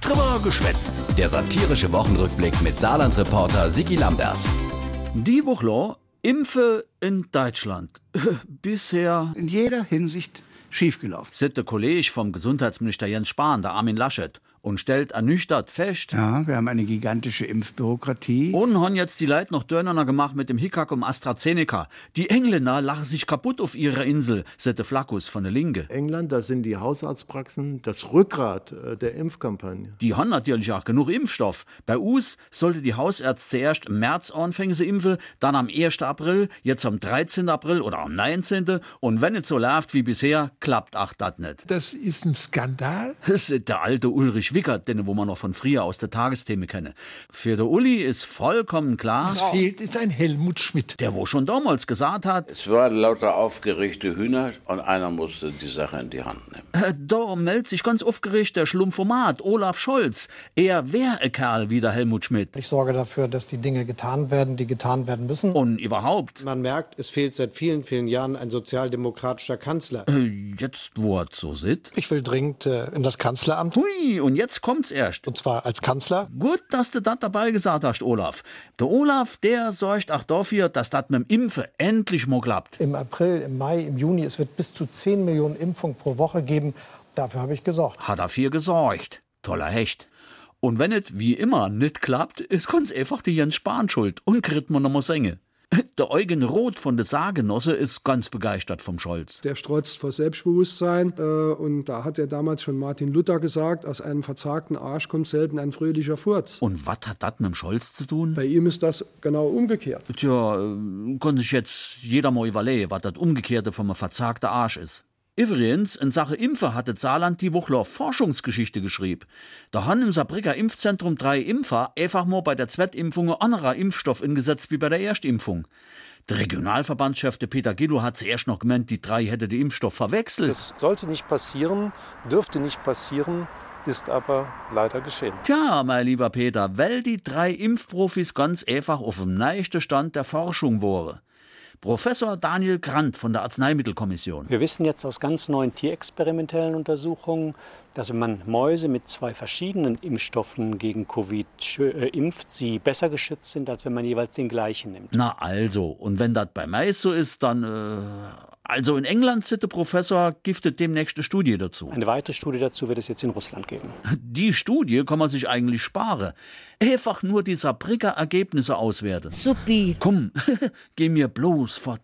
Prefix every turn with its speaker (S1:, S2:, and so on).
S1: Trimmer geschwätzt. Der satirische Wochenrückblick mit Saarland-Reporter Sigi Lambert.
S2: Die Woche Impfe in Deutschland. Bisher
S3: in jeder Hinsicht schiefgelaufen.
S2: Sitte der Kollege vom Gesundheitsminister Jens Spahn, der Armin Laschet, und stellt ernüchtert fest,
S3: Ja, wir haben eine gigantische Impfbürokratie.
S2: Unten haben jetzt die Leute noch Dörner gemacht mit dem Hickhack um AstraZeneca. Die Engländer lachen sich kaputt auf ihrer Insel, sette Flakus von der Linke.
S4: England, da sind die Hausarztpraxen das Rückgrat äh, der Impfkampagne.
S2: Die haben natürlich auch genug Impfstoff. Bei uns sollte die Hausärzte erst im März anfangen sie impfen, dann am 1. April, jetzt am 13. April oder am 19. Und wenn es so läuft wie bisher, klappt auch das nicht.
S5: Das ist ein Skandal.
S2: Das ist der alte Ulrich Wickert, den wo man noch von früher aus der Tagesthemen kenne. Für der Uli ist vollkommen klar,
S5: Was fehlt, ist ein Helmut Schmidt.
S2: der wo schon damals gesagt hat,
S6: Es waren lauter aufgeregte Hühner und einer musste die Sache in die Hand nehmen.
S2: äh, da meldet sich ganz aufgeregt der Schlumpfomat Olaf Scholz. Er wär ein Kerl wie der Helmut Schmidt.
S7: Ich sorge dafür, dass die Dinge getan werden, die getan werden müssen.
S2: Und überhaupt,
S8: Man merkt, es fehlt seit vielen, vielen Jahren ein sozialdemokratischer Kanzler.
S2: äh, jetzt wo er so sitzt.
S7: Ich will dringend äh, in das Kanzleramt,
S2: Hui, und jetzt kommt's erst.
S7: und zwar als Kanzler.
S2: Gut, dass du das dabei gesagt hast, Olaf. Der Olaf, der sorgt auch dafür, dass das mit dem Impfen endlich mal klappt.
S7: Im April, im Mai, im Juni. Es wird bis zu 10 Millionen Impfungen pro Woche geben. Dafür habe ich gesorgt.
S2: Hat dafür gesorgt. Toller Hecht. Und wenn es wie immer nicht klappt, ist ganz einfach die Jens Spahn schuld und kriegt man nochmal Sänge. Der Eugen Roth von der Saargenosse ist ganz begeistert vom Scholz.
S9: Der strotzt vor Selbstbewusstsein. Äh, und da hat ja damals schon Martin Luther gesagt, aus einem verzagten Arsch kommt selten ein fröhlicher Furz.
S2: Und was hat das mit dem Scholz zu tun?
S9: Bei ihm ist das genau umgekehrt.
S2: Tja, äh, kann sich jetzt jeder mal überlegen, was das Umgekehrte vom verzagter Arsch ist. Übrigens, in Sache Impfe hatte Saarland die Wuchler Forschungsgeschichte geschrieben. Da haben im Saarbrücker Impfzentrum drei Impfer einfach mal bei der Zweitimpfung ein anderer Impfstoff ingesetzt wie bei der Erstimpfung. Der Regionalverbandschef der Peter Gillow hat zuerst noch gemeint, die drei hätte den Impfstoff verwechselt.
S10: Das sollte nicht passieren, dürfte nicht passieren, ist aber leider geschehen.
S2: Tja, mein lieber Peter, weil die drei Impfprofis ganz einfach auf dem neuesten Stand der Forschung waren. Professor Daniel Grant von der Arzneimittelkommission.
S10: Wir wissen jetzt aus ganz neuen tierexperimentellen Untersuchungen, dass wenn man Mäuse mit zwei verschiedenen Impfstoffen gegen Covid schö- äh, impft, sie besser geschützt sind, als wenn man jeweils den gleichen nimmt.
S2: Na also, und wenn das bei Mais so ist, dann äh, also in England sitte Professor giftet demnächst eine Studie dazu.
S10: Eine weitere Studie dazu wird es jetzt in Russland geben.
S2: Die Studie kann man sich eigentlich sparen. Einfach nur die Saarbrücker Ergebnisse auswerten. Supi. Komm, geh mir bloß fort.